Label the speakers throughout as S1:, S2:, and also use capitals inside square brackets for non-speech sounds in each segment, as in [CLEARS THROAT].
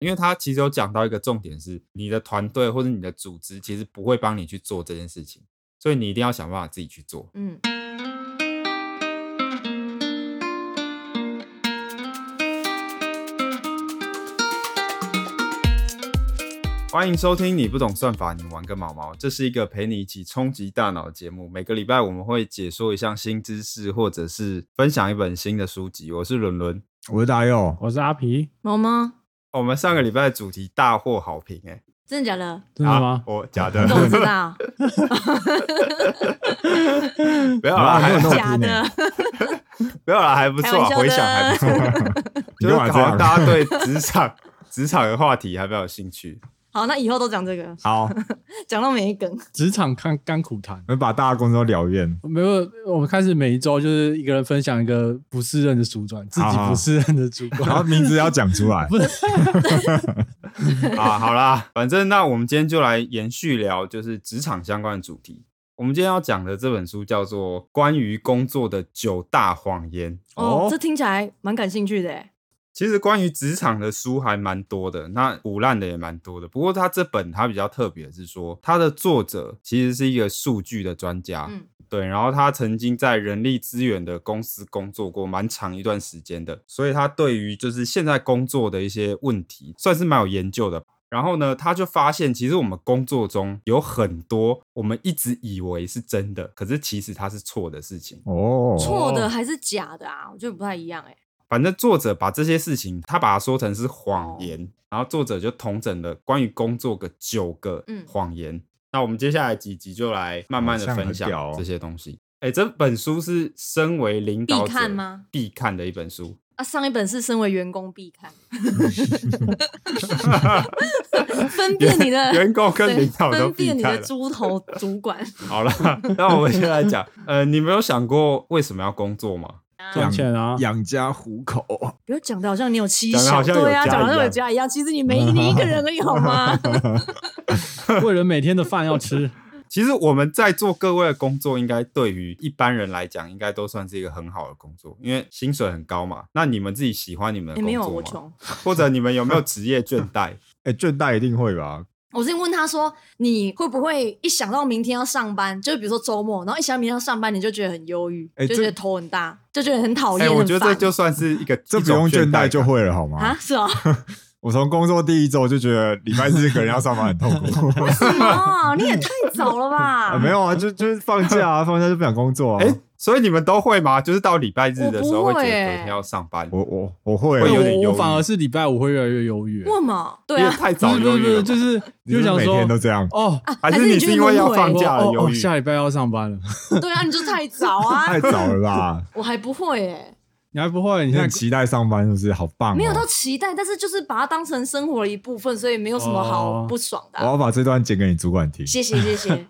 S1: 因为他其实有讲到一个重点是，你的团队或者你的组织其实不会帮你去做这件事情，所以你一定要想办法自己去做。
S2: 嗯，
S1: 欢迎收听《你不懂算法，你玩个毛毛》，这是一个陪你一起冲击大脑的节目。每个礼拜我们会解说一项新知识，或者是分享一本新的书籍。我是伦伦。
S3: 我是大
S4: [LAUGHS]
S3: 佑，
S4: 我是阿皮，
S2: 毛毛，
S1: 我们上个礼拜的主题大获好评、欸，
S2: 真的假 [LAUGHS] 的？
S4: 真的
S1: 啊
S4: 吗？
S1: 我假
S2: 你
S1: 的
S2: 怎，么知 [LAUGHS] 道？
S1: 不要啦，
S3: 没
S1: 还
S3: 有 [LAUGHS] 那么
S2: 假的，
S1: 不要啦，还不错啊，
S2: 开
S1: 回
S2: 玩笑
S1: 想
S2: 的
S1: 还不错啊，
S3: [LAUGHS]
S2: [LAUGHS]
S3: 你
S1: 就是
S3: 干嘛这
S1: 好像
S3: 样
S1: 大家对职场职场的话题还比较有兴趣。
S2: [LAUGHS] 好，那以后都讲这个，
S3: 好，我
S2: 讲到没梗。
S4: 职场看甘苦谈。
S3: 们把大家工作聊一
S4: [LAUGHS]
S3: 遍。
S4: 没有，我们开始每一周就是一个人分享一个不适任的主管，自己
S3: 好
S4: 不适任的主
S3: 然后
S4: 管。
S3: 名字要讲出来，
S1: 啊，好啦，反正那我们今天就来延续聊，就是职场相关的主题。我们今天要讲的这本书叫做《关于工作的九大谎言》。
S2: 哦
S3: 哦，
S2: 这听起来蛮感兴趣的欸耶。
S1: 其实关于职场的书还蛮多的，那腐烂的也蛮多的。不过它这本它比较特别，是说它的作者其实是一个数据的专家，
S2: 嗯
S1: 对，然后他曾经在人力资源的公司工作过蛮长一段时间的，所以他对于就是现在工作的一些问题算是蛮有研究的。然后呢，他就发现其实我们工作中有很多我们一直以为是真的，可是其实它是错的事情。
S3: 哦，
S2: [LAUGHS] 错的还是假的啊？我觉得不太一样哎。
S1: 反正作者把这些事情，他把它说成是
S2: 哦
S1: 谎言，然后作者就统整了关于工作的九个
S2: 嗯
S1: 谎言。那我们接下来几集就来慢慢的分
S3: 好像很屌
S1: 享
S3: 哦
S1: 这些东西。哎、这本书是身为领导者
S2: 必看吗？
S1: 必看的一本书。
S2: 啊，上一本是身为员工必 [LAUGHS] 看，分辨
S1: [LAUGHS]
S2: 你的
S1: 员工跟领导
S2: 对
S1: 都
S2: 分辨
S1: 必
S2: 你
S1: 看
S2: 的
S1: 了。
S2: 猪头主管。
S1: 好了， [LAUGHS] 那我们先来讲，呃，你没有想过为什么要工作吗？
S4: 赚钱啊，
S3: 养家糊口，
S2: 不要讲的好像你有妻
S1: 讲得
S2: 小，
S1: 好像有
S2: 对啊，
S1: 家
S2: 讲的
S1: 一
S2: 像有
S1: 样
S2: 家一样，其实你没 [LAUGHS] 你一个人而已好 [LAUGHS] 吗？
S4: 为了每天的饭要吃，
S1: 其实我们在做各位的工作，应该对于一般人来讲，应该都算是一个很好的工作，因为薪水很高嘛。那你们自己喜欢你们的
S2: 也
S1: 工
S2: 哎没有，
S1: 作
S2: 我
S1: 吗？
S2: 穷。
S1: 或者你们有没有职业倦怠？
S3: 哎，倦怠一定会吧？
S2: 我之前问他说，你会不会一想到明天要上班，就比如说周末，然后一想到明天要上班，你就觉得很忧郁，
S3: 哎
S2: 就
S3: 这
S2: 觉得头很大，就觉得很讨
S1: 哎、
S2: 厌、
S1: 我觉得这
S2: 很烦
S1: 就算是一个
S3: 这
S1: 一
S3: 不
S1: 种
S3: 用倦怠
S1: 怠
S3: 就
S1: 感
S3: 会了，好
S2: 啊，
S3: 吗？
S2: 是哦，
S3: 我从工作第一周就觉得礼拜日可能要上班很
S2: [LAUGHS]
S3: 痛苦
S2: 哦，你也太早了吧？
S3: [LAUGHS] 啊，没有啊，就就是放假啊，放假就不想工作啊
S1: 哎、。所以你们都会吗？就是到礼拜日的时候
S2: 我不会
S1: 会觉得
S2: 欸
S1: 隔天要上班，
S3: 我我我
S1: [LAUGHS]
S3: 会
S1: 会有点
S4: 我
S1: 忧
S4: 我
S1: 郁
S4: 反而是礼拜五会越来越忧郁。
S2: 为什么？对
S1: 因为
S2: 啊，
S1: 太
S4: 不
S1: 早
S4: 是不
S1: 忧
S4: 是不
S1: 郁了
S4: 是，
S1: 吧。
S4: 就是
S3: 你是不
S4: 就
S3: 是
S4: 想
S3: 每
S4: 说
S3: 天都这样，
S4: 哦，
S2: 啊
S1: 还
S2: 还
S1: 是你
S2: 你
S1: 是
S2: 去
S1: 因为要
S2: 轮回
S1: 放假
S4: 哦
S1: 了
S4: 哦
S1: 忧郁？
S4: 下礼拜要上班了，
S2: 对啊，你就太早啊
S3: [LAUGHS] 太，早了吧？
S2: 我还不会哎，
S4: 你还不会？你
S3: 你
S4: 看
S3: 很期待上班是不是？好棒哦！
S2: 没有到期待，但是就是把它当成生活的一部分，所以没有什么好
S4: 哦
S2: 不爽的
S3: 我
S2: 啊。
S3: 要把这段剪给你主管听。
S2: 谢谢谢谢，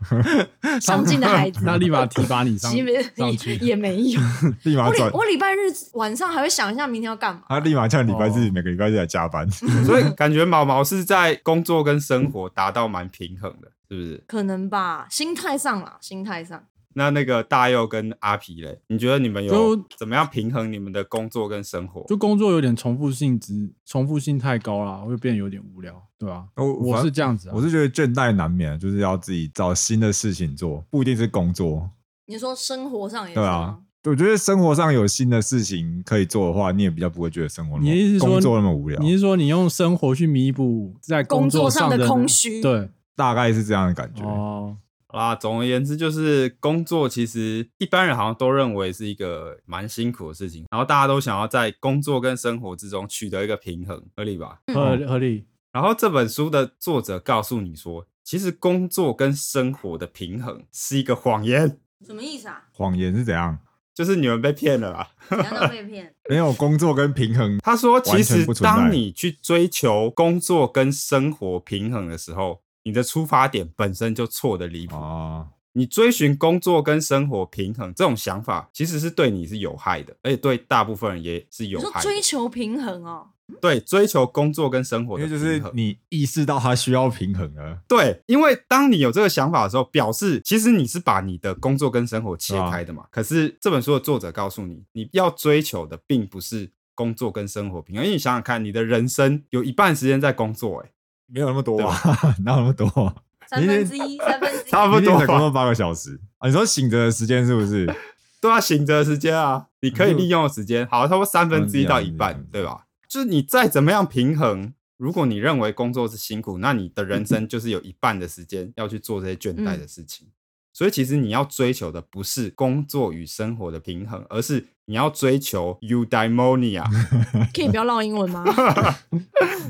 S2: 上进的孩子，
S4: [LAUGHS] 那立马提拔你
S2: [LAUGHS]
S4: 上
S2: 其实
S4: 上去
S2: 也。也没有。
S3: 立马
S2: 我礼
S3: 转，
S2: 我礼拜日晚上还会想一下明天要干嘛。
S3: 他立马叫礼拜日
S4: 哦
S3: 每个礼拜日来加班。
S1: 所以感觉毛毛是在工作跟生活达到蛮平衡的，是不是？
S2: 可能吧，心态上啦，心态上。
S1: 那那个大佑跟阿皮嘞，你觉得你们有
S4: 就
S1: 怎么样平衡你们的工作跟生活？
S4: 就工作有点重复性质，重复性太高了，会变得有点无聊，对吧、
S3: 哦
S4: 我
S3: 反
S4: 是这样子、啊，
S3: 我是觉得倦怠难免，就是要自己找新的事情做，不一定是工作。
S2: 你说生活上也是
S3: 对啊
S2: 吗？，
S3: 我觉得生活上有新的事情可以做的话，你也比较不会觉得生活那么
S4: 你的意思是说
S3: 工作那么无聊，
S4: 你是说你用生活去弥补在作
S2: 工作上的
S4: 的
S2: 空虚
S4: 对，
S3: 大概是这样的感觉。
S4: 哦，
S1: 好啦，啊总而言之，就是工作其实一般人好像都认为是一个蛮辛苦的事情，然后大家都想要在工作跟生活之中取得一个平衡，合理吧？
S4: 合合理，
S1: 然后这本书的作者告诉你说，其实工作跟生活的平衡是一个谎言，
S2: 什么意思啊？
S3: 谎言是怎样？
S1: 就是你们被骗了啊啦。
S2: 怎样都被骗？
S3: 没有工作跟平衡，
S1: 他说，其
S3: 完全
S1: 实
S3: 不存在
S1: 当你去追求工作跟生活平衡的时候，你的出发点本身就错的离谱。
S3: 哦，
S1: 你追寻工作跟生活平衡这种想法，其实是对你是有害的，而且对大部分人也是 [LAUGHS]
S2: 你
S1: 有
S2: 说
S1: 害的。
S2: 追求平衡哦，
S1: 对追求工作跟生活
S3: 啊因
S1: 的
S3: 为就
S1: 平
S3: 是
S1: 衡，
S3: 你意识到它需要平衡了。
S1: 对，因为当你有这个想法的时候，表示其实你是把你的
S3: 哦
S1: 工作跟生活切开的嘛。可是这本书的作者告诉你，你要追求的并不是工作跟生活平衡。因为你想想看，你的人生有一半时间在工作、欸，哎，
S3: 没有那么多吧？ [LAUGHS] 哪有那么多啊？
S2: 三分之一，三分之一，
S1: 差不
S4: 啊
S3: 一天
S1: 多
S3: 才工
S1: 吧？
S3: 作八个小时啊？你说醒着的时间是不
S4: [LAUGHS]
S3: 是？
S1: 对啊，醒着的时间啊，你
S2: 嗯
S1: 可以利用的时间，好，差不多三分之一到一半
S3: 嗯，
S1: 对吧？就是你再怎么样平衡，如果你认为工作是辛苦，那你的人
S2: [LAUGHS]
S1: 生就是有一半的时间要去做这些倦
S2: 嗯
S1: 怠的事情。所以其实你要追求的不是工作与生活的平衡，而是你要追求 eudaimonia。
S2: [LAUGHS] 可以不要唠英
S1: [LAUGHS]
S2: 文吗？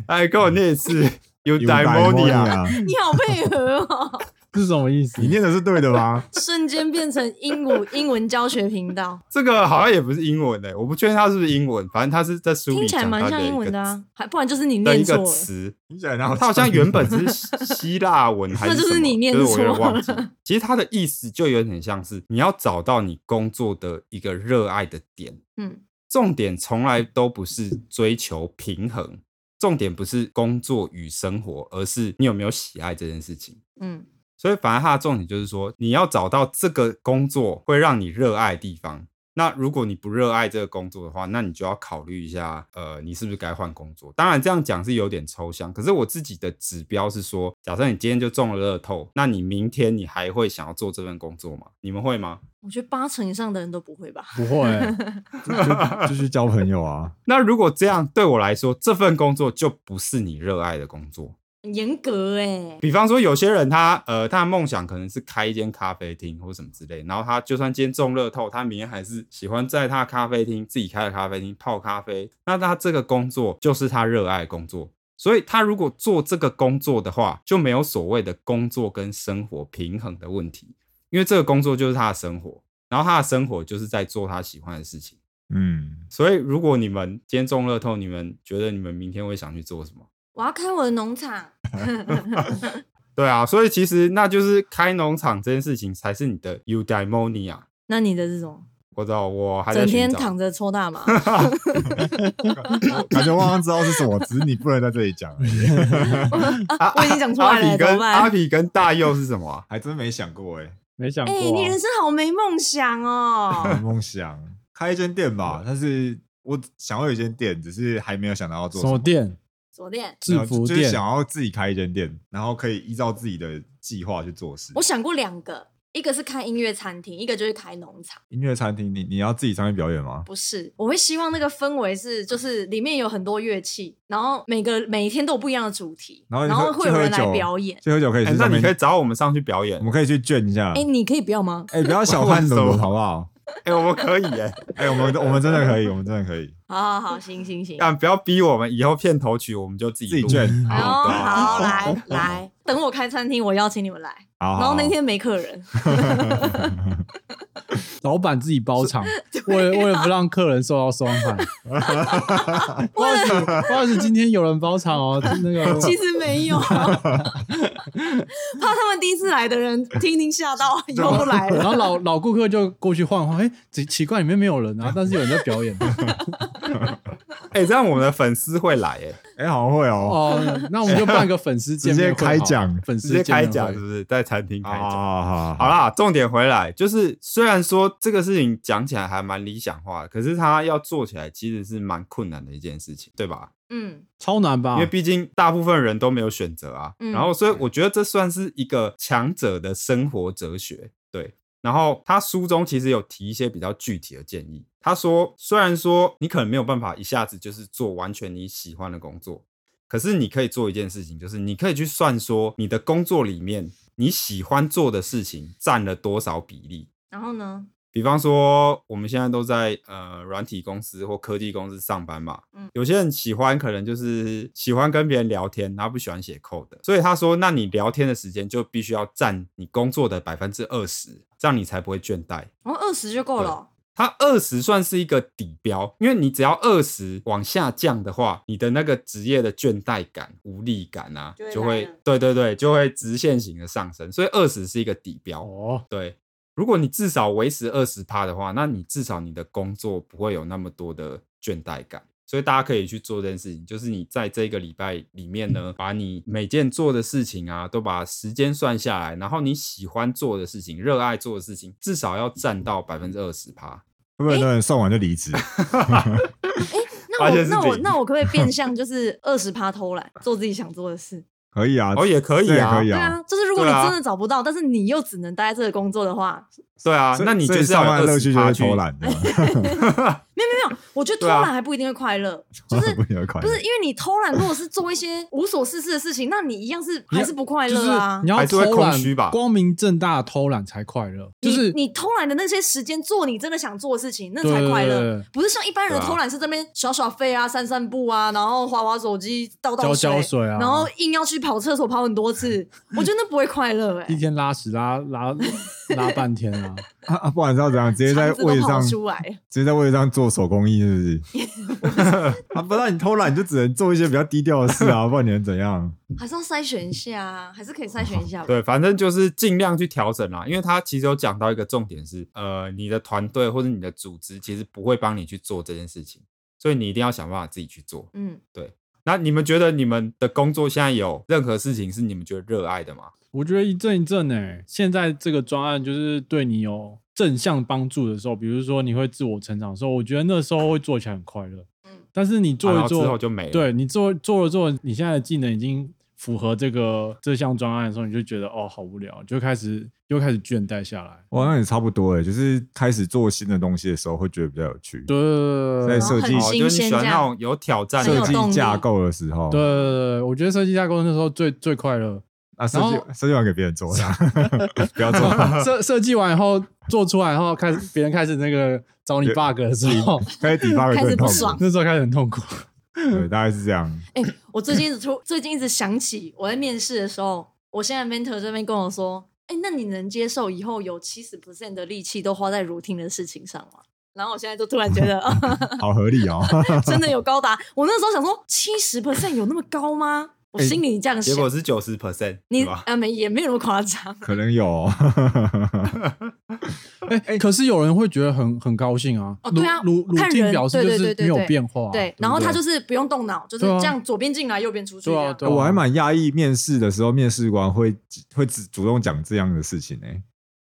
S1: 来，跟我念一
S2: [LAUGHS]
S1: 次 eudaimonia。
S3: Eudaimonia
S2: 你好配合哦，
S4: 是什么意思
S3: 你？念的是对的吗？
S2: 瞬间变成英语英文教学频道，
S1: [LAUGHS] 这个好像也不是英文欸诶、我不确定它是不是英文，反正它是在书
S2: 听
S1: 里
S2: 起来
S1: 讲它
S2: 蛮像
S1: 的一
S2: 英文
S1: 个
S2: 的
S1: 词
S2: 啊，还不然就是你
S1: 的一
S2: 念错
S1: 个
S2: 了。
S1: 词。
S3: 听起来
S1: 然
S3: 然
S1: 后
S3: 后
S1: 它好像原本是希 [LAUGHS] 希腊文还是
S2: 那就是
S1: 什么
S2: 你念
S1: 就是我有点
S2: 错
S1: 忘记。其实它的意思就有点像是你要找到你工作的一个热爱的点，
S2: 嗯，
S1: 重点从来都不是追求平衡，重点不是工作与生活，而是你有没有喜爱这件事情。
S2: 嗯，
S1: 所以，反而它的重点就是说，你要找到这个工作会让你热爱的地方。那如果你不热爱这个工作的话，那你就要考虑一下，呃，你是不是该换工作？当然，这样讲是有点抽象，可是我自己的指标是说，假设你今天就中了乐透，那你明天你还会想要做这份工作吗？你们会吗？
S2: 我觉得八成以上的人都不会吧。
S3: [LAUGHS]
S4: 不会、
S3: [LAUGHS] 就就去交朋友啊。
S1: 那如果这样对我来说，这份工作就不是你热爱的工作。
S2: 很严格哎、
S1: 比方说，有些人他呃，他的梦想可能是开一间咖啡厅或什么之类，然后他就算今天中乐透，他明天还是喜欢在他的咖啡厅自己开的咖啡厅泡咖啡。那他这个工作就是他热爱的工作，所以他如果做这个工作的话，就没有所谓的工作跟生活平衡的问题，因为这个工作就是他的生活，然后他的生活就是在做他喜欢的事情。
S3: 嗯，
S1: 所以，如果你们今天中乐透，你们觉得你们明天会想去做什么？
S2: 我要开我的农场，
S1: 对啊，所以其实那就是开农场这件事情才是你的 eudaimonia。
S2: 那你的这种
S1: 我知道，我还在
S2: 整
S1: 寻
S2: 天
S1: 找
S2: 躺着
S1: [LAUGHS]
S2: 抽大麻，
S3: [LAUGHS] 感觉汪汪知道是什么，只是你不能在这里讲
S1: [LAUGHS]
S3: 而已，
S1: 啊
S2: 我已经讲出来了
S1: 阿比
S2: 怎么
S1: 跟
S2: 办
S1: 阿比跟大佑是什么
S3: [LAUGHS]
S1: 啊？
S3: 还真没想过
S1: [LAUGHS]
S3: 哎、
S4: 没想
S2: 哎、
S4: 过、啊。
S2: 你人生好没梦想
S1: 嗯
S3: 我
S1: [LAUGHS]
S3: 的
S2: 哦。
S3: 梦想开一间店吧，但是我想要有一间店，只是还没有想到要做
S4: 什
S3: 什
S4: 么
S3: 么。
S4: 店？
S2: 左店，
S4: 制服
S3: 就是
S4: 店
S3: 想要自己开一间店，然后可以依照自己的计划去做事
S2: 我。想过两个，一个是开音乐餐厅，一个就是开农场。
S3: 音乐餐厅，你你要自己上去表演吗？
S2: 不是，我会希望那个氛围是，就是里面有很多乐器，然后每个每一天都有不一样的主题，
S3: 然后你
S2: 然
S3: 喝
S2: 后会有人
S3: 去
S2: 来
S3: 喝酒
S2: 表演。
S3: 去喝酒可以
S1: 哎
S3: 去
S1: 那
S3: 上面，
S1: 你可以找我们上去表演
S3: 我。们可以去卷一下。
S2: 哎、你可以不要吗？
S3: 哎、不要小看
S1: 我 [LAUGHS]
S3: 鲁
S1: 我
S3: 鲁好不好？
S1: 哎，我们可以哎，
S3: 哎、我们我们真的可以，我们真的可以
S2: 好好好，行行行。
S1: 但不要逼我们，以后片头曲我们就自己
S3: 自己
S1: 录哦啊
S3: 卷。
S2: 哎呦，
S1: 好的
S2: 好，
S3: [LAUGHS]
S2: 来来，等我开餐厅，我邀请你们来。
S3: 好好
S2: 然
S3: 好
S2: 后那天没客
S3: [LAUGHS]
S2: 人，
S4: 老板自己包 [LAUGHS] 场，为了为了不让客人受到伤害。
S3: [LAUGHS]
S4: 不好意思，不好意思，今天有人包场哦，那个 [LAUGHS]
S2: 其实没
S3: [LAUGHS]
S2: 有，怕他们第一次来的人听听吓
S3: [LAUGHS]
S2: 到，以后不来
S4: 然
S2: 了。
S4: 后老老顾客就过去晃晃，哎、奇奇怪，里面没有人
S3: [LAUGHS]
S4: 啊，但是有人在表演。
S1: 哎，这样我们的粉丝会来哎，
S3: 哎、好会哦，
S4: 哦，那我们就办个粉丝见面会
S3: 直接哦开讲
S4: 好了粉
S1: 直
S4: 丝
S1: 接
S4: 见面
S1: 开
S4: 会
S1: 讲是不是？在餐厅开
S3: 好
S1: 讲。
S3: 好好
S1: 好啦，重点回来，就是虽然说这个事情讲起来还蛮理想化的，可是它要做起来其实是蛮困难的一件事情，对吧？
S2: 嗯，
S4: 超难吧
S1: 因为？毕竟大部分人都没有选择啊。
S2: 嗯
S1: 然后，所以我觉得这算是一个强者的生活哲学，对。然后他书中其实有提一些比较具体的建议。他说，虽然说你可能没有办法一下子就是做完全你喜欢的工作，可是你可以做一件事情，就是你可以去算说你的工作里面你喜欢做的事情占了多少比例。
S2: 然后呢？
S1: 比方说，我们现在都在呃软体公司或科技公司上班嘛，
S2: 嗯
S1: 有些人喜欢可能就是喜欢跟别人聊天，他不喜欢写 code，的所以他说，那你聊天的时间就必须要占你工作的百分之二十，这样你才不会倦怠。
S2: 然后二十就够了哦。
S1: 它二十算是一个底标，因为你只要二十往下降的话，你的那个职业的倦怠感、无力感啊，就
S2: 就会来
S1: 会
S2: 了
S1: 对对对，就会直线型的上升，所以二十是一个底标。
S4: 哦，
S1: 对，如果你至少维持二十趴的话，那你至少你的工作不会有那么多的倦怠感。所以大家可以去做这件事情，就是你在这个礼拜里面呢，把你每件做的事情啊，都把时间算下来，然后你喜欢做的事情、热爱做的事情，至少要占到百分之二十趴。哎
S3: 会不会有人送完就离职？
S2: 那
S1: 发现是
S2: 那我
S1: 零
S2: 那我可不可以变
S4: [LAUGHS]
S2: 相就是二十趴偷懒，做自己想做的事？
S3: 可以啊，
S1: 哦也可以
S3: 这也
S1: 啊
S3: 可以
S2: 对
S3: 啊。
S2: 啊，就是如果你
S1: 对啊
S2: 真的找不到，但是你又只能待在这个工作的话，
S1: 对啊，
S3: 所以
S1: 那你
S3: 所以
S1: 就是要
S3: 上班
S1: 有
S3: 的乐趣就是
S1: 20%去
S3: 偷，懒的，
S1: [LAUGHS]
S3: [LAUGHS]
S2: 没有没有没有，我觉得偷
S1: 对啊
S2: 懒还不一定会快
S4: [LAUGHS]
S2: 乐，就是
S3: 不愉快
S2: 不是因为你偷懒，如果是做一些无所事事的事情，那你一样是
S4: 你
S2: 还是不快
S4: 就是
S2: 乐啊。
S4: 你要
S1: 还是会
S4: 偷
S1: 空虚
S4: 懒
S1: 吧
S4: 光明正大偷懒才快乐，就是
S2: 你你偷懒的那些时间做你真的想做的事情，那才快
S4: 对对
S2: 乐
S4: 对。
S2: 不是像一般人的
S1: 对啊
S2: 偷懒是这边耍耍废啊、散散步啊，然后滑滑手机、倒倒
S4: 浇浇水啊
S2: 然后硬要去跑厕所跑很多
S4: [LAUGHS]
S2: 次，我觉得那不会快乐哎、
S4: 一天拉屎拉
S2: [LAUGHS]
S4: 拉拉半天啊，
S3: 啊啊，不然是要怎样？直接在
S2: 肠子都
S3: 位置
S2: 跑
S3: 上，
S2: 出来，
S3: 直接在位置上做手工艺，是不
S2: [LAUGHS]
S3: 是？ [LAUGHS] 啊，不然你偷懒你就只能做一些比较低调的事
S1: [LAUGHS]
S3: 啊，不然你能怎样？
S2: 还是要筛选一下啊，还是可以筛选一下吧。
S1: 对，反正就是尽量去调整啦。因为他其实有讲到一个重点是，呃，你的团队或者你的组织其实不会帮你去做这件事情，所以你一定要想办法自己去做。
S2: 嗯，
S1: 那你们觉得你们的工作现在有任何事情是你们觉得热爱的吗？
S4: 我觉得一阵一阵诶、现在这个专案就是对你有正向帮助的时候，比如说你会自我成长的时候，我觉得那时候会做起来很快乐
S2: 嗯。
S4: 但是你做
S1: 啊然
S4: 一
S1: 后
S4: 做
S1: 之后就没了。
S4: 对你做做了做了，你现在的技能已经符合这个这项专案的时候，你就觉得哦好无聊，就开始又开始倦怠下来。
S3: 哇，那也差不多哎，就是开始做新的东西的时候会觉得比较有趣。
S4: 对对
S3: 在
S4: 对
S3: 设计
S1: 哦，
S2: 很
S1: 就是你
S2: 新鲜
S1: 喜欢
S2: 这
S1: 那
S2: 样
S1: 种有挑战
S2: 很
S3: 设
S1: 的
S2: 有
S3: 计
S2: 动力
S3: 架构的时候，
S4: 对对，对我觉得设计架构那时候最最快乐。
S3: 啊，设
S4: 然
S3: 计
S4: 后
S3: 设计完给别人做啦，
S1: [LAUGHS]
S3: 不要做啦， [LAUGHS]
S4: 设设计完以后做出来以后，开始别人开始那个找你 bug 的时候，
S3: 开始底发
S2: 开始
S3: 很
S2: 不
S3: 痛
S2: 爽
S3: 苦，
S4: 那时候开始很痛苦。
S3: 对，大概是这样。
S2: 哎、我最近一直突最近一直想起我在面试的时候，我现在 mentor 这边跟我说，哎、那你能接受以后有七十 percent 的力气都花在 routine 的事情上吗？然后我现在就突然
S1: [LAUGHS]
S2: 觉得，
S3: 好合理哦。 [LAUGHS]
S2: 真的有高达。我那时候想说，七十 percent 有那么高吗？我心里这样
S1: 哎结
S2: 想。
S1: 果是九十 percent，
S2: 你
S1: 吧？
S2: 啊没也没有那么夸张，
S3: 可能有、哦，
S4: 哎、可是有人会觉得很很高兴啊。
S2: 哦对啊
S4: 鲁鲁
S2: 看人
S4: 定表示就
S2: 对对对
S4: 是
S2: 对
S4: 没有
S2: 对
S4: 变化啊、
S2: 对
S4: 不。
S2: 然后他就是不用动脑，就是
S4: 对啊
S2: 这样左边进来右边出去这
S4: 对啊
S2: 样。
S4: 对啊
S3: 我还蛮讶异，面试的时候面试官会会主主动讲这样的事情呢、欸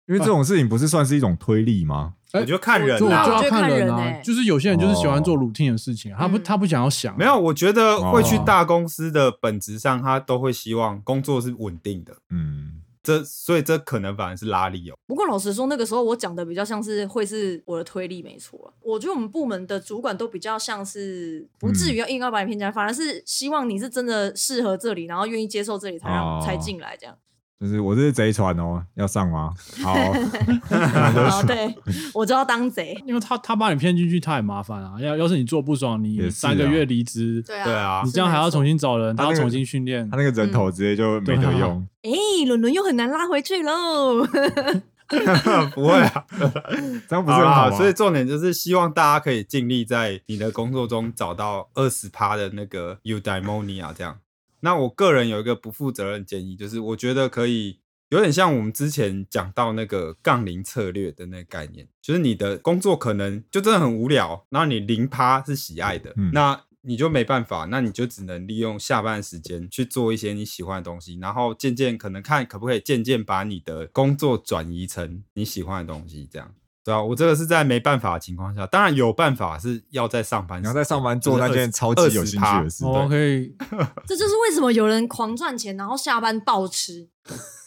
S3: 因
S2: 啊
S3: 为这种事情不是算是一种推力吗？
S4: 哎
S1: 我觉得看人
S4: 这我
S1: 啦、
S4: 就要
S2: 就
S4: 看
S2: 看
S4: 人
S2: 人
S4: 啊，
S2: 欸
S4: 就是有些人就是喜欢做
S3: 哦
S4: routine 的事情，他不
S2: 嗯
S4: 他不想要想啊，
S1: 没有，我觉得会去
S3: 哦
S1: 大公司的本质上，他都会希望工作是稳定的。
S3: 嗯，
S1: 这所以这可能反而是拉力哦。
S2: 不过老实说，那个时候我讲的比较像是会是我的推力没错啊、我觉得我们部门的主管都比较像是不至于要硬要把你骗进来，反而是希望你是真的适合这里，然后愿意接受这里才让、
S3: 哦
S2: 才进来这样。
S3: 就是我这是贼船哦，要上吗？
S2: [LAUGHS]
S3: 好，
S2: 然后哦对我就要当贼。
S4: 因为他他把你骗进去，他很麻烦啊。要要是你做不爽，
S3: 也
S4: 你
S3: 是啊
S4: 三个月离职，
S2: [LAUGHS] 对啊，
S1: 对啊
S4: 你这样还要重新找人，
S3: 他那
S4: 他要
S3: 个
S4: 重新训练
S3: 他。那个人
S2: 嗯
S3: 头直接就没得
S4: 对啊
S3: 用，
S2: [LAUGHS] 哎，伦伦又很难拉回去喽。
S1: 不会啊， [LAUGHS]
S3: 这样不是
S1: 好
S3: 很好啊
S1: 啦，
S3: 吗？
S1: 所以重点就是希望大家可以尽力在你的工作中找到二十趴的那个 eudaimonia 这样。那我个人有一个不负责任建议，就是我觉得可以有点像我们之前讲到那个杠铃策略的那个概念，就是你的工作可能就真的很无聊，然后你零趴是喜爱的，
S3: 嗯
S1: 那你就没办法，那你就只能利用下班时间去做一些你喜欢的东西，然后渐渐可能看可不可以渐渐把你的工作转移成你喜欢的东西，这样。对啊，我这个是在没办法的情况下，当然有办法是要在上班时
S3: 你
S1: 间，
S3: 要在上班做那件超级有兴趣的
S2: 哦
S3: 事，
S4: 我可以，
S2: [LAUGHS] 这就是为什么有人狂赚钱，然后下班暴吃，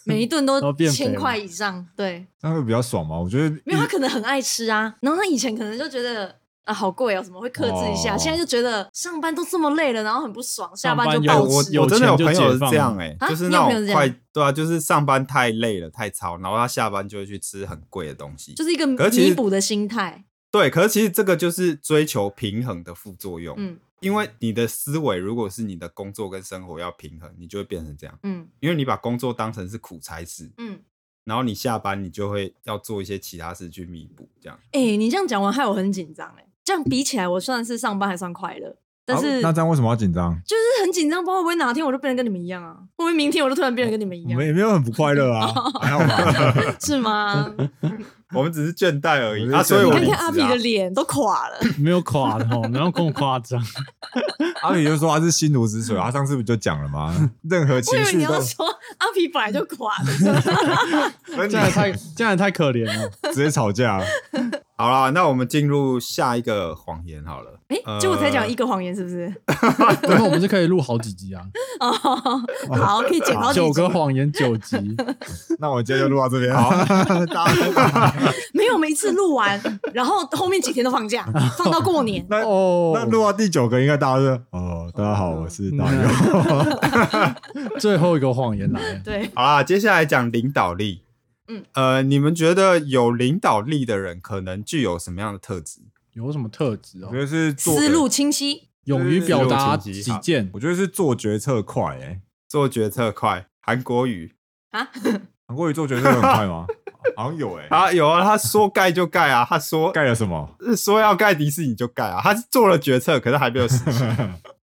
S2: 每一顿
S4: 然
S2: 都
S4: 后变肥
S2: 千
S4: 了
S2: 块以上。对，
S3: 这样会比较爽吗？我觉得
S2: 没有他可能很爱吃啊，然后他以前可能就觉得。啊，好贵哦！什么会克制一下？
S3: 哦
S2: 现在就觉得上班都这么累了，然后很不爽，下
S4: 上
S2: 班
S4: 班
S2: 就
S1: 哎
S2: 暴
S4: 有
S1: 我
S2: 吃。
S1: 我真的有
S4: 钱就
S1: 朋友
S4: 解
S1: 是
S4: 放
S1: 这样
S4: 了
S1: 哎、
S2: 啊
S1: 就是
S2: 你
S1: 那
S2: 有朋友
S1: 种
S2: 这
S1: 快
S2: 样
S1: 对啊，就是上班太累了太操，然后他下班就会去吃很贵的东西。
S2: 就是一个
S1: 可是其实
S2: 弥补的心态。
S1: 对，可是其实这个就是追求平衡的副作用，
S2: 嗯
S1: 因为你的思维如果是你的工作跟生活要平衡，你就会变成这样，
S2: 嗯
S1: 因为你把工作当成是苦差事，
S2: 嗯。
S1: 然后你下班你就会要做一些其他事去弥补这
S2: [LAUGHS]
S1: 样。
S2: 哎、你这样讲完害我很紧张哎。这样比起来，我算是上班还算快乐，但
S3: 好
S2: 是
S3: 啊那
S2: 就
S3: 这样为什么要紧张？
S2: 是很紧张，不知道会不会哪天我就变得跟你们一样啊？会不会明天我就突然变得跟你哦们一
S3: 我
S2: 样
S3: 们？也没有很不快
S2: [LAUGHS]
S3: 乐啊，还好吧？
S2: 是吗？
S1: 我们只是倦怠而
S3: 我
S1: 已
S3: 们
S1: 啊，
S3: 是倦
S1: 所以
S3: 怠
S1: 我
S2: 你看
S1: 离
S2: 看阿
S1: 职
S2: 皮
S1: 啊
S2: 的脸都垮了。
S4: 没有垮的
S3: [LAUGHS]
S4: 哦，没有跟我夸张。
S3: 阿宇就说他是心如止水，他上次不就讲了吗？
S2: [LAUGHS]
S3: 任何
S2: 我
S3: 情
S2: 以为你
S3: 绪
S2: 要
S3: 都
S2: 说阿皮本来就垮了，
S4: 这样也太这样也太可怜了。
S2: [LAUGHS]
S3: 直接吵架，
S1: [LAUGHS] 好啦，那我们进入下一个谎言好了。
S2: 哎、
S1: 呃
S2: 结果才讲一个谎言，是不是？
S4: [LAUGHS] 然后我们是可以录好几
S2: [LAUGHS]
S4: 集啊，
S2: 哦，好，可以剪好几
S4: 九
S2: 集
S4: 个。谎言九集，
S3: 那我今天就录到这边。 [LAUGHS]
S1: 好，
S3: 大家
S2: 没有，我们一次录完， [LAUGHS] 然后后面几天都放假，放到过年。
S3: 那
S4: 哦，嗯
S3: 那录到第九个，应该大家就哦，大家好，我
S2: 嗯
S3: 是大佑。
S4: [LAUGHS] 最后一个谎言来了，
S2: 对，
S1: 好啦，接下来讲领导力。
S2: 嗯，
S1: 呃，你们觉得有领导力的人可能具有什么样的特质？
S4: 有什么特质哦
S3: [LAUGHS] 我觉？得是做
S2: 思路清晰，
S4: 勇于表达
S1: 思路清
S4: 己
S1: 晰
S4: 见，
S3: 我觉得是做决策快哎。
S1: 做决策快，韩国语
S3: 韩国瑜做决策很快吗？ [LAUGHS] 好像有哎。
S1: 啊，有啊，他说盖就盖啊，他说
S3: 盖了什么？
S1: 说要盖迪士尼就盖啊，他是做了决策，可是还没有实行。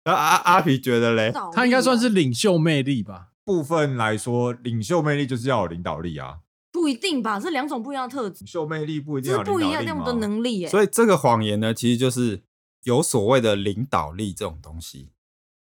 S1: 然后阿阿皮觉得嘞，
S2: 导
S4: 他应该
S2: 力
S4: 算是领袖魅力吧？
S3: 部分来说，领袖魅力就是要有领导力啊。
S2: 不一定吧？这两种不一样的特质，
S3: 领袖魅力不一定
S2: 这
S3: 要
S2: 是
S3: 有领
S2: 不一
S3: 导
S2: 样
S3: 力
S2: 那
S3: 嘛
S2: 种的能力耶。
S1: 所以这个谎言呢，其实就是有所谓的领导力这种东西。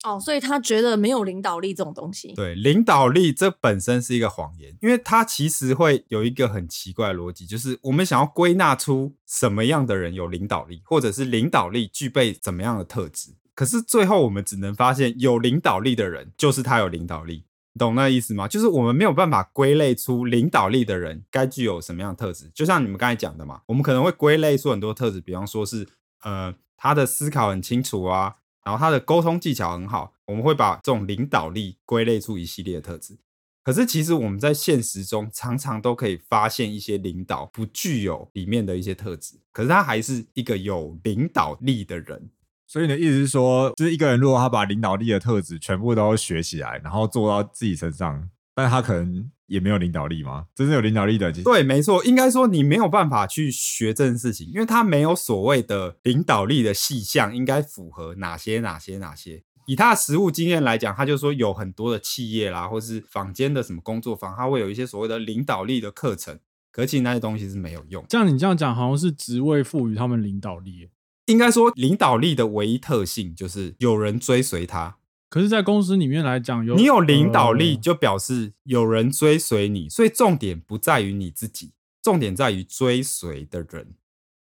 S2: 哦，所以他觉得没有领导力这种东西。
S1: 对，领导力这本身是一个谎言，因为它其实会有一个很奇怪的逻辑，就是我们想要归纳出什么样的人有领导力，或者是领导力具备怎么样的特质。可是最后我们只能发现，有领导力的人就是他有领导力，你懂那意思吗？就是我们没有办法归类出领导力的人该具有什么样的特质。就像你们刚才讲的嘛，我们可能会归类出很多特质，比方说是呃，他的思考很清楚啊，然后他的沟通技巧很好，我们会把这种领导力归类出一系列的特质。可是其实我们在现实中常常都可以发现一些领导不具有里面的一些特质，可是他还是一个有领导力的人。
S3: 所以你的意思是说，就是一个人如果他把领导力的特质全部都学起来，然后做到自己身上，但他可能也没有领导力吗？真正有领导力的，其实
S1: 对，没错，应该说你没有办法去学这件事情，因为他没有所谓的领导力的细项应该符合哪些哪些哪些。以他的实务经验来讲，他就说有很多的企业啦，或是坊间的什么工作坊，他会有一些所谓的领导力的课程，可是其实那些东西是没有用的。
S4: 这样你这样讲，好像是职位赋予他们领导力耶，
S1: 应该说，领导力的唯一特性就是有人追随他。
S4: 可是，在公司里面来讲，有
S1: 你有领导力，
S4: 呃
S1: 就表示有人追随你，所以重点不在于你自己，重点在于追随的人。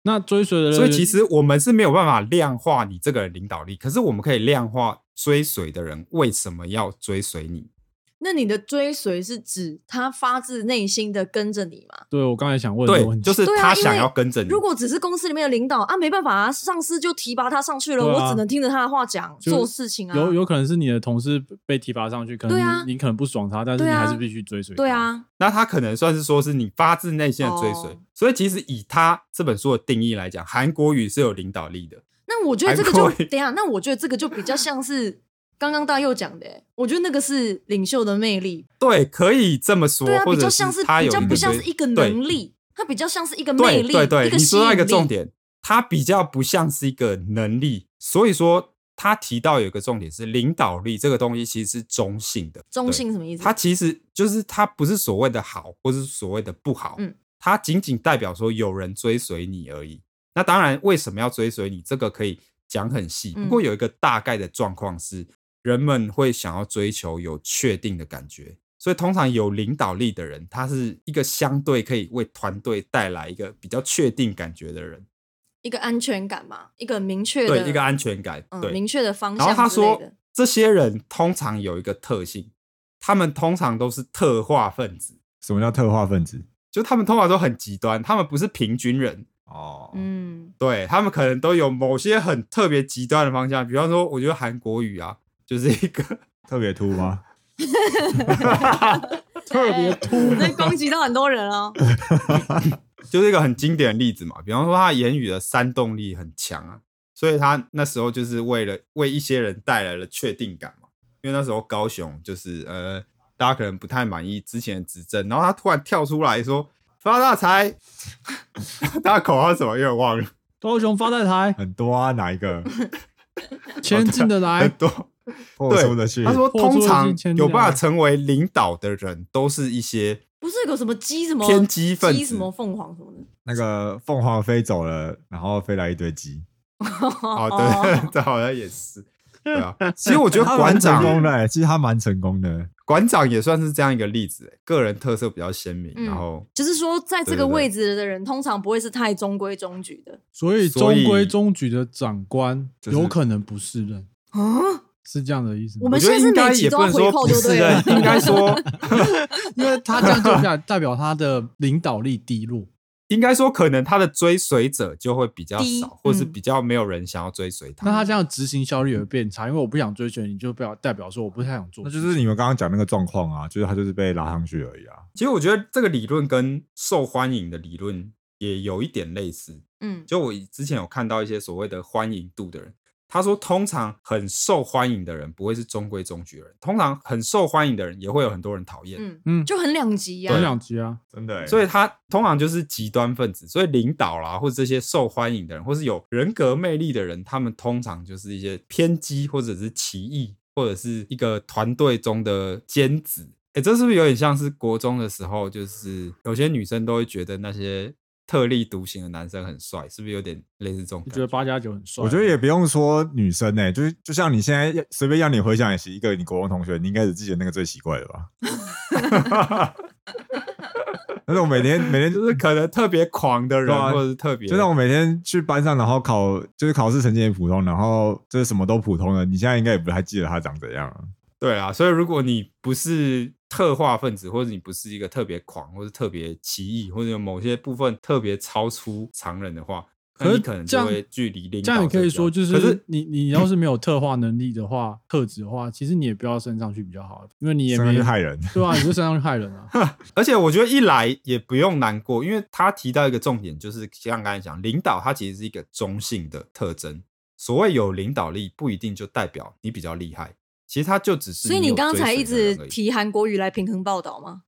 S4: 那追随的人，
S1: 所以其实我们是没有办法量化你这个人领导力，可是我们可以量化追随的人为什么要追随你。
S2: 那你的追随是指他发自内心的跟着你吗？
S4: 对我刚才想问的
S1: 对
S4: 问，题，
S1: 就是
S2: 对啊
S1: 他
S2: 因为
S1: 想要跟着你。
S2: 如果只是公司里面的领导啊，没办法啊，上司就提拔他上去了，
S4: 对啊
S2: 我只能听着他的话讲
S4: 就是
S2: 做事情啊。
S4: 有有可能是你的同事被提拔上去，可能
S2: 对
S4: 你,、
S2: 啊
S4: 你可能不爽他，但是你
S2: 对啊
S4: 还是必须追随。
S2: 对，啊，
S1: 那他可能算是说是你发自内心的追随。
S2: 哦
S1: 所以其实以他这本书的定义来讲，韩国语是有领导力的。
S2: 那我觉得这个
S1: 还
S2: 就
S1: 可以
S2: 等一下，那我觉得这个就比较
S1: [LAUGHS]
S2: 像是刚刚大佑讲的欸、我觉得那个是领袖的魅力，
S1: 对，可以这么说，
S2: 对啊，
S1: 或
S2: 比
S1: 者
S2: 较像
S1: 是他
S2: 比
S1: 有
S2: 较
S1: 一
S2: 不
S1: 个
S2: 像
S1: 追
S2: 是一个
S1: 对
S2: 能力，它比较像是一个魅
S1: 对
S2: 力，
S1: 对对，
S2: 一个
S1: 你
S2: 吸
S1: 说到
S2: 引
S1: 一个
S2: 力。
S1: 重点，他比较不像是一个能力，所以说他提到有一个重点是领导力这个东西其实是中性的，
S2: 中
S1: 对，
S2: 性什么意思？
S1: 它其实就是它不是所谓的好，或是所谓的不好，
S2: 嗯
S1: 它仅仅代表说有人追随你而已。那当然，为什么要追随你，这个可以讲很细，不过
S2: 嗯
S1: 有一个大概的状况是，人们会想要追求有确定的感觉。所以，通常有领导力的人，他是一个相对可以为团队带来一个比较确定感觉的人，
S2: 一个安全感嘛，一个明确的
S1: 对一个安全感，
S2: 嗯
S1: 对，
S2: 明确的方
S1: 然后他
S2: 向之类
S1: 说
S2: 的。，
S1: 这些人通常有一个特性，他们通常都是特化分子，
S3: 什么叫特化分子？
S1: 就他们通常都很极端，他们不是平均人，
S3: 哦，
S2: 嗯，
S1: 对他们可能都有某些很特别极端的方向，比方说，我觉得韩国语啊，就是一个
S3: 特别突吗？
S2: [LAUGHS] 特别突，哎那攻击到很多
S1: [LAUGHS]
S2: 人哦。
S1: 就是一个很经典的例子嘛，比方说他言语的煽动力很强啊，所以他那时候就是为了为一些人带来了确定感嘛，因为那时候高雄就是呃，大家可能不太满意之前的执政，然后他突然跳出来说发大财， [LAUGHS] 他的口号是什么有点忘了，
S4: 高雄发大
S1: [LAUGHS]
S4: 财，
S3: 很多啊，哪一个
S4: 前进的来
S1: 很，多。
S3: 破
S1: 对
S3: 出的去？
S1: 他说，
S4: 破除
S1: 通
S4: 了
S1: 常
S4: 金钱
S2: 啊
S1: 有
S4: 的
S1: 办法成为领导的人，都是一些
S2: 不是有什么鸡什么
S1: 偏激分
S2: 鸡
S1: 子
S2: 什么凤凰什么的。
S3: 那个凤凰飞走了，然后飞来一堆鸡。
S2: 哦
S1: 啊 [LAUGHS]
S2: [LAUGHS]
S1: 哦，对，这好像也是。对啊，其实我觉得
S3: 他
S1: 馆
S3: 蛮成
S1: 长
S3: 功的欸，其实他蛮成功的。
S1: 馆长也算是这样一个例子、欸个人特色比较鲜明，
S2: 嗯
S1: 然后
S2: 就是说，在这
S1: 对对
S2: 个
S1: 对
S2: 位置的人，通常不会是太中规中矩的
S4: 所以
S1: 所以
S4: 中规中矩的长官
S3: 就是
S4: 有可能不是人，
S2: 啊。
S4: 是这样的意思吗？
S2: 我们
S1: 我觉得
S2: 现在
S1: 应该
S2: 是每集
S1: 也
S2: 都
S1: 不
S2: 要
S1: 能说
S2: 回扣
S1: 不
S2: 就是对了
S1: 人， [LAUGHS] 应该说
S2: [LAUGHS]
S4: 因为他这样就表代表他的领导力
S2: [LAUGHS]
S4: 低落，
S1: 应该说可能他的追随者就会比较
S2: 低
S1: 少，或是
S2: 嗯
S1: 比较没有人想要追随他。
S4: 那他这样执行效率也会变差，因为我不想追求你，就表代表说我不太想做
S3: 那
S4: 事
S3: 就
S4: 情。
S3: 是你们刚刚讲那个状况啊，就是他就是被拉上去而已啊。
S1: 其实我觉得这个理论跟受欢迎的理论也有一点类似。
S2: 嗯，
S1: 就我之前有看到一些所谓的欢迎度的人，他说通常很受欢迎的人不会是中规中矩的人，通常很受欢迎的人也会有很多人讨厌。
S2: 嗯
S4: 嗯
S2: 就很两极呀
S4: 很。两极啊，
S3: 真的欸，
S1: 所以他通常就是极端分子，所以领导啦，或者这些受欢迎的人，或是有人格魅力的人，他们通常就是一些偏激或者是奇异，或者是一个团队中的尖子。哎，这是不是有点像是国中的时候，就是有些女生都会觉得那些特立独行的男生很帅，是不是有点类似这种
S4: 你
S1: 感
S4: 觉得八加九很帅？啊
S3: 我觉得也不用说女生呢、就是就像你现在要随便让你回想起一个你国中同学，你应该只记得那个最奇怪的吧？ [LAUGHS] 但是我每天每天
S1: 就是可能特别狂的人，
S3: 对啊
S1: 或者是特别
S3: 就像我每天去班上，然后考就是考试成绩也普通，然后就是什么都普通的，你现在应该也不太记得他长怎样啊。
S1: 对啊，所以如果你不是特化分子，或者你不是一个特别狂，或者特别奇异，或者有某些部分特别超出常人的话，那
S4: 可
S1: 你
S4: 是
S1: 可能
S4: 这
S1: 就
S4: 样
S1: 会距离领
S4: 这样，
S1: 导
S4: 你
S1: 者
S4: 可以
S1: 比较
S4: 说就
S1: 可
S4: 是
S1: 是
S4: 你你要是没有特化能力的话， [CLEARS THROAT] 特质的话，其实你也不要升上去比较好，因为你也
S3: 上面
S4: 没
S3: 去害人，
S4: 对啊，你就升上去害人啊。 [LAUGHS]
S1: 而且我觉得一来也不用难过，因为他提到一个重点，就是像刚才讲，领导他其实是一个中性的特征。所谓有领导力，不一定就代表你比较厉害，其实他就只是
S2: 所以
S1: 你
S2: 你
S1: 有
S2: 刚
S1: 追
S2: 才
S1: 随
S2: 一
S1: 的人
S2: 直
S1: 而已
S2: 提韩国语来平衡报道吗？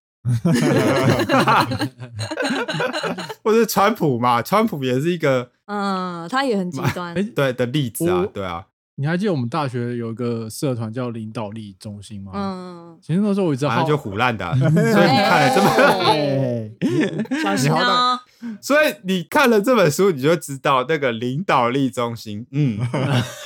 S1: 或者是川普嘛，川普也是一个
S2: 嗯，他也
S1: [LAUGHS]
S2: 很极端。
S4: 哎
S1: 对的例子啊
S4: 我，
S1: 对啊，
S4: 你还记得我们大学有一个社团叫领导力中心吗？
S2: 嗯，
S4: 其实那时候我一直
S1: 反
S4: 好
S1: 正就胡烂的啊、所以你看了这本，
S4: 哎
S2: 小心啊！
S1: 所以你看了这本书，你就知道那个领导力中心，嗯，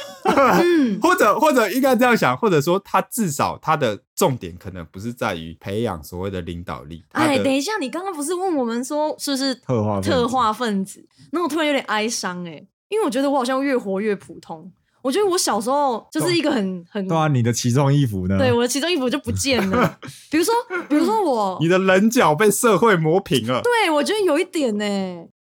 S1: [LAUGHS] 或者或者应该这样想，或者说他至少他的重点可能不是在于培养所谓的领导力，他
S2: 哎，等
S1: 的
S2: 一下，你刚刚不是问我们说是不是
S3: 特化分子
S2: 特化分子？那我突然有点哀伤哎、因为我觉得我好像越活越普通。我觉得我小时候就是一个很很
S3: 对啊，你的奇装异服呢？
S2: 对我的其中一服就不见了。比如说，比如说我
S1: 你，的棱角被社会磨平了，
S2: 对我觉得有一点呢、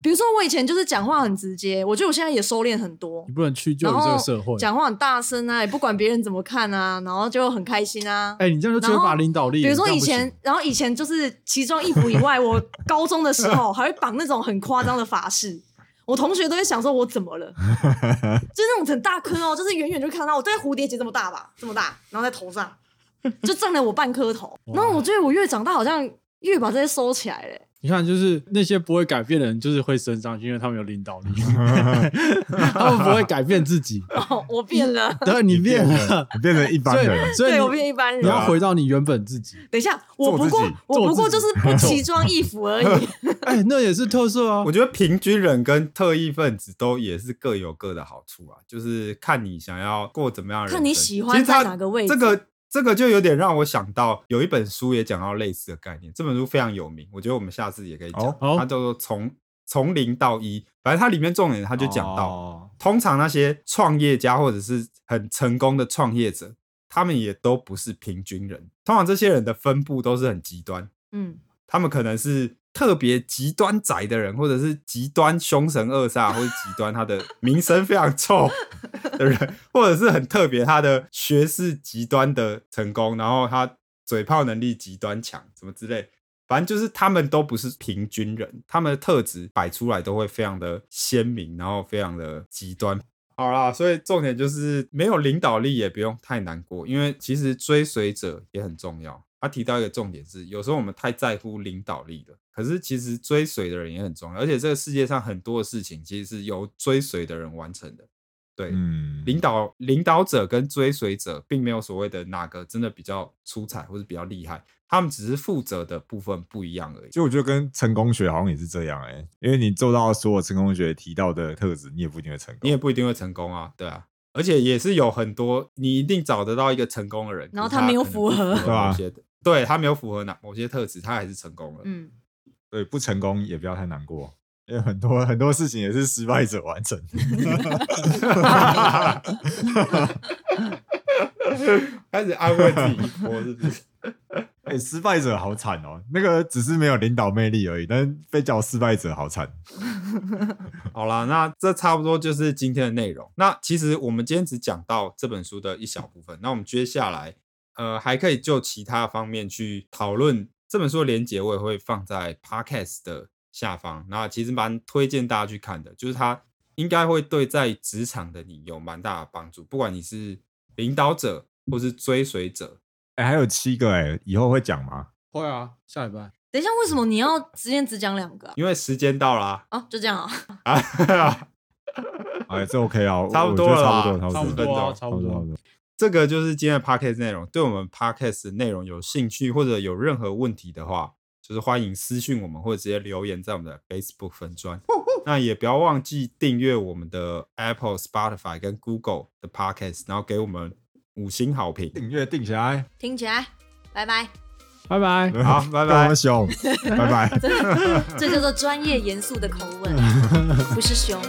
S2: 比如说我以前就是讲话很直接，我觉得我现在也收敛很多
S4: 你，不能屈就
S2: 然
S4: 于这
S2: 后
S4: 个社会。
S2: 讲话很大声啊，也不管别人怎么看啊，然后就很开心啊。
S4: 哎，你这样就缺
S2: 然
S4: 乏
S2: 后
S4: 领导力。
S2: 比如
S4: 这
S2: 说
S4: 样
S2: 以
S4: 不行
S2: 前，然后以前就是奇装异服以外，
S4: [LAUGHS]
S2: 我高中的时候还会绑那种很夸张的发饰，我同学都会想说我怎么
S4: [LAUGHS]
S2: 了，就那种很大颗哦，就是远远就看到我，对蝴蝶结这么大吧，这么大，然后在头上就占了我半颗头，然后我觉得我越长大好像越把这些收起来了、
S4: [LAUGHS] 你看，就是那些不会改变的人，就是会升上去，因为他们有
S3: [LAUGHS]
S4: 领导力，他们不会改变自己。
S2: 哦，我变了，
S4: 对，你变了，
S3: 你变成一般
S4: 所以
S3: 人，
S4: 所以
S2: 对我
S4: 你
S2: 变一般
S4: 你
S2: 人。
S4: 要回到你原本自己。
S2: 等一下，我
S3: 做
S2: 不
S3: 自
S2: 过
S3: 己
S2: 我不
S4: 做
S2: 过就
S4: 自己
S2: 是不奇
S4: [LAUGHS]
S2: 装异服而已。
S4: 哎，那也是特色啊
S1: 我。觉得平均人跟特异分子都也是各有各的好处啊，就是看你想要过怎么样的人生，
S2: 看你喜欢
S1: 其实它
S2: 在哪个位置
S1: 这个这个就有点让我想到有一本书也讲到类似的概念，这本书非常有名，我觉得我们下次也可以讲。
S3: 哦
S4: 好
S1: 它叫做从从零到一，反正它里面重点它
S3: 他
S1: 就讲到，
S3: 到
S1: 通常那些创业家或者是很成功的创业者，他们也都不是平均人，通常这些人的分布都是很极端。
S2: 嗯，
S1: 他们可能是特别极端宅的人，或者是极端凶神恶煞，或者极端他的名声非常臭的人， [LAUGHS] 或者是很特别他的学识极端的成功，然后他嘴炮能力极端强，什么之类。反正就是他们都不是平均人，他们的特质摆出来都会非常的鲜明，然后非常的极端。好啦，所以重点就是没有领导力也不用太难过，因为其实追随者也很重要。他提到一个重点是，有时候我们太在乎领导力了，可是其实追随的人也很重要，而且这个世界上很多的事情其实是由追随的人完成的。对，
S3: 嗯，
S1: 领导领导者跟追随者并没有所谓的哪个真的比较出彩或者比较厉害，他们只是负责的部分不一样而已。
S3: 就我觉得跟成功学好像也是这样哎、因为你做到所有成功学提到的特质，你也不一定会成功。
S1: 你也不一定会成功啊，对啊。而且也是有很多你一定找得到一个成功的人，
S2: 然后
S1: 可是
S2: 他
S1: 他
S2: 没有
S1: 可能
S2: 符
S1: 不
S2: 合
S1: 符某些对他没有符合哪某些特质，他还是成功了。
S2: 嗯，
S3: 对，不成功也不要太难过，因为很多很多事情也是失败者完成 [LAUGHS] 的。
S1: 开始安慰自己一波，是不是？
S3: 哎、失败者好惨哦，那个只是没有领导魅力而已，但是被叫失败者好惨。
S1: 好啦，那这差不多就是今天的内容。那其实我们今天只讲到这本书的一小部分，那我们接下来呃还可以就其他方面去讨论这本书的连结，我也会放在 podcast 的下方。那其实蛮推荐大家去看的，就是它应该会对在职场的你有蛮大的帮助，不管你是领导者或是追随者。
S3: 哎、还有七个哎、以后会讲吗？
S4: 会啊，下礼拜。
S2: 等一下，为什么你要直接只讲两个啊？
S1: 因为时间到啦，
S2: 哦，就这样啊，
S3: 哎，这 OK 啊，我
S1: 差不多
S3: 我觉得
S1: 了啦
S3: 差
S4: 差
S3: 不
S4: 不
S3: 多，差不多，
S4: 多啊，
S1: 差
S4: 差不多。
S1: 这个就是今天的 podcast 内容。对我们 podcast 内容有兴趣或者有任何问题的话，就是欢迎私讯我们，或者直接留言在我们的 Facebook 粉专。那也不要忘记订阅我们的 Apple、Spotify 跟 Google 的 podcast，然后给我们五星好评。
S3: 订阅订起来，
S2: 听起来，拜拜，
S4: 拜拜。
S3: [LAUGHS]
S1: 好拜拜
S3: 高雄，
S2: [LAUGHS]
S3: 拜拜。
S1: [LAUGHS]
S2: 这叫做专业严肃的口吻，不是凶。